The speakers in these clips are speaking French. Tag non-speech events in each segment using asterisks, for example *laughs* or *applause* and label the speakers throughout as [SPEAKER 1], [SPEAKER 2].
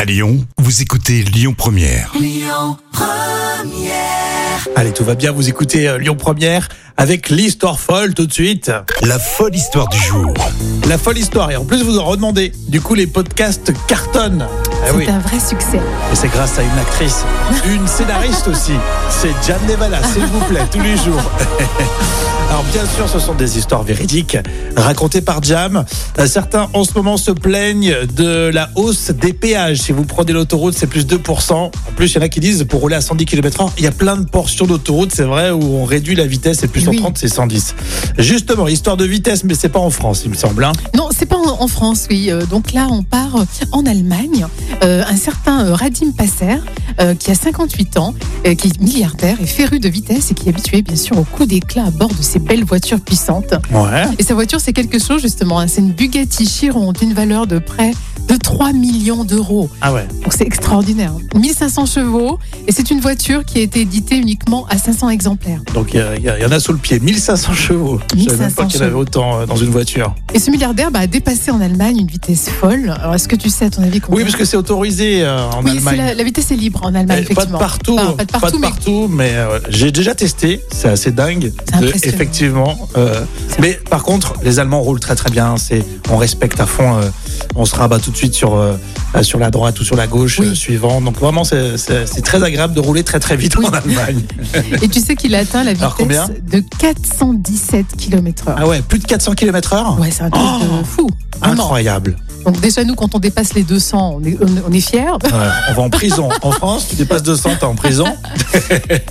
[SPEAKER 1] À Lyon, vous écoutez Lyon Première.
[SPEAKER 2] Allez, tout va bien, vous écoutez euh, Lyon Première avec l'histoire folle tout de suite.
[SPEAKER 1] La folle histoire du jour.
[SPEAKER 2] La folle histoire, et en plus vous en redemandez. Du coup, les podcasts cartonnent. Eh
[SPEAKER 3] C'est
[SPEAKER 2] oui,
[SPEAKER 3] un vrai succès.
[SPEAKER 2] et c'est grâce à une actrice, une scénariste aussi. C'est Jan Nevala, s'il vous plaît, tous les jours. *laughs* Alors bien sûr, ce sont des histoires véridiques racontées par Jam. Euh, Certains en ce moment se plaignent de la hausse des péages. Si vous prenez l'autoroute, c'est plus 2%. En plus, il y en a qui disent pour rouler à 110 km/h, il y a plein de portions d'autoroute, c'est vrai, où on réduit la vitesse, c'est plus
[SPEAKER 3] Oui.
[SPEAKER 2] 130, c'est 110. Justement, histoire de vitesse, mais c'est pas en France, il me semble. hein.
[SPEAKER 3] Non, c'est pas en, en France, oui. Euh, donc là, on part euh, en Allemagne. Euh, un certain euh, Radim Passer, euh, qui a 58 ans, euh, qui est milliardaire et féru de vitesse et qui est habitué, bien sûr, au coup d'éclat à bord de ses belles voitures puissantes.
[SPEAKER 2] Ouais.
[SPEAKER 3] Et sa voiture, c'est quelque chose, justement. hein. C'est une Bugatti Chiron d'une valeur de près de 3 millions d'euros.
[SPEAKER 2] Ah ouais.
[SPEAKER 3] Donc c'est extraordinaire. 1500 chevaux. Et c'est une voiture qui a été éditée uniquement à 500 exemplaires.
[SPEAKER 2] Donc il y a- il y, a- il y en a sous le pied, 1500 chevaux. Je savais même
[SPEAKER 3] 1500
[SPEAKER 2] pas qu'il y en avait
[SPEAKER 3] chevaux.
[SPEAKER 2] autant euh, dans une voiture.
[SPEAKER 3] Et ce milliardaire bah, a dépassé en Allemagne une vitesse folle. Alors, est-ce que tu sais à ton avis combien
[SPEAKER 2] Oui, parce que c'est autorisé euh, en
[SPEAKER 3] Oui, c'est
[SPEAKER 2] Allemagne.
[SPEAKER 3] la, la vitesse est libre en Allemagne,
[SPEAKER 2] Eh, pas de
[SPEAKER 3] effectivement.
[SPEAKER 2] partout,
[SPEAKER 3] Enfin, pas de partout, mais-
[SPEAKER 2] mais, euh, j'ai déjà testé, c'est assez dingue.
[SPEAKER 3] C'est
[SPEAKER 2] de-
[SPEAKER 3] impressionnant.
[SPEAKER 2] effectivement. euh, mais par contre, les Allemands roulent très très bien. C'est, on respecte à fond. euh, on se rabat tout de suite sur euh, euh, sur la droite ou sur la gauche
[SPEAKER 3] Oui.
[SPEAKER 2] euh, suivant. Donc vraiment, c'est, c'est- c'est très agréable de rouler très très vite
[SPEAKER 3] *laughs*
[SPEAKER 2] en Allemagne.
[SPEAKER 3] Et tu sais qu'il a atteint la
[SPEAKER 2] Alors, combien
[SPEAKER 3] vitesse de 417 km/h.
[SPEAKER 2] Ah ouais, plus de 400 km/h.
[SPEAKER 3] Ouais, c'est un truc
[SPEAKER 2] Oh
[SPEAKER 3] de fou. Vraiment.
[SPEAKER 2] Incroyable.
[SPEAKER 3] Donc déjà nous, quand on dépasse les 200, on est, on- on est
[SPEAKER 2] *laughs*
[SPEAKER 3] fiers.
[SPEAKER 2] Ouais, on va en prison. En France, tu dépasses 200, t'es en prison.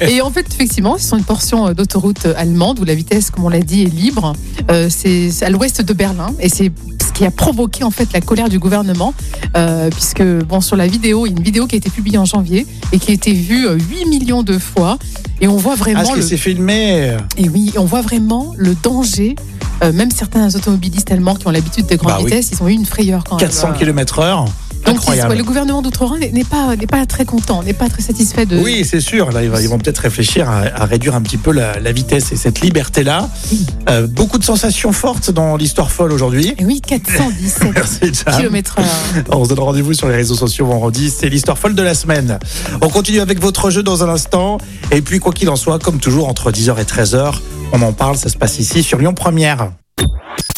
[SPEAKER 3] Et en fait, effectivement, ce sont une portion euh, d'autoroute euh, allemande où la vitesse, comme on l'a dit, est libre. Euh, c'est c'est à l'ouest de Berlin et c'est ce qui a provoqué en fait la colère du gouvernement, euh, puisque bon, sur la vidéo, il y a une vidéo qui a été publiée en janvier et qui a été vue euh, 8 millions de fois. Et on voit
[SPEAKER 2] Ah,
[SPEAKER 3] vraiment
[SPEAKER 2] ce
[SPEAKER 3] le- Oh
[SPEAKER 2] que c'est filmé.
[SPEAKER 3] Et oui, on voit vraiment le danger. Euh, même certains automobilistes allemands qui ont l'habitude des grandes
[SPEAKER 2] Bah oui.
[SPEAKER 3] vitesses, ils ont eu une frayeur quand même.
[SPEAKER 2] 400 km/h.
[SPEAKER 3] Donc,
[SPEAKER 2] Incroyable.
[SPEAKER 3] ils- ouais, le gouvernement d'Outre-Rhin n'est- n'est pas, n'est pas très content, n'est pas très satisfait de.
[SPEAKER 2] Oui, c'est sûr. Là, ils vont- ils vont peut-être réfléchir à, à réduire un petit peu la, la vitesse et cette liberté-là.
[SPEAKER 3] Mm.
[SPEAKER 2] Euh, beaucoup de sensations fortes dans l'histoire folle aujourd'hui.
[SPEAKER 3] Et
[SPEAKER 2] *laughs*
[SPEAKER 3] Eh oui, 417
[SPEAKER 2] Merci, Jam.
[SPEAKER 3] km/h.
[SPEAKER 2] On se donne rendez-vous sur les réseaux sociaux vendredi. C'est l'histoire folle de la semaine. On continue avec votre jeu dans un instant. Et puis, quoi qu'il en soit, comme toujours, entre 10h et 13h, on en parle. Ça se passe ici sur Lyon Première.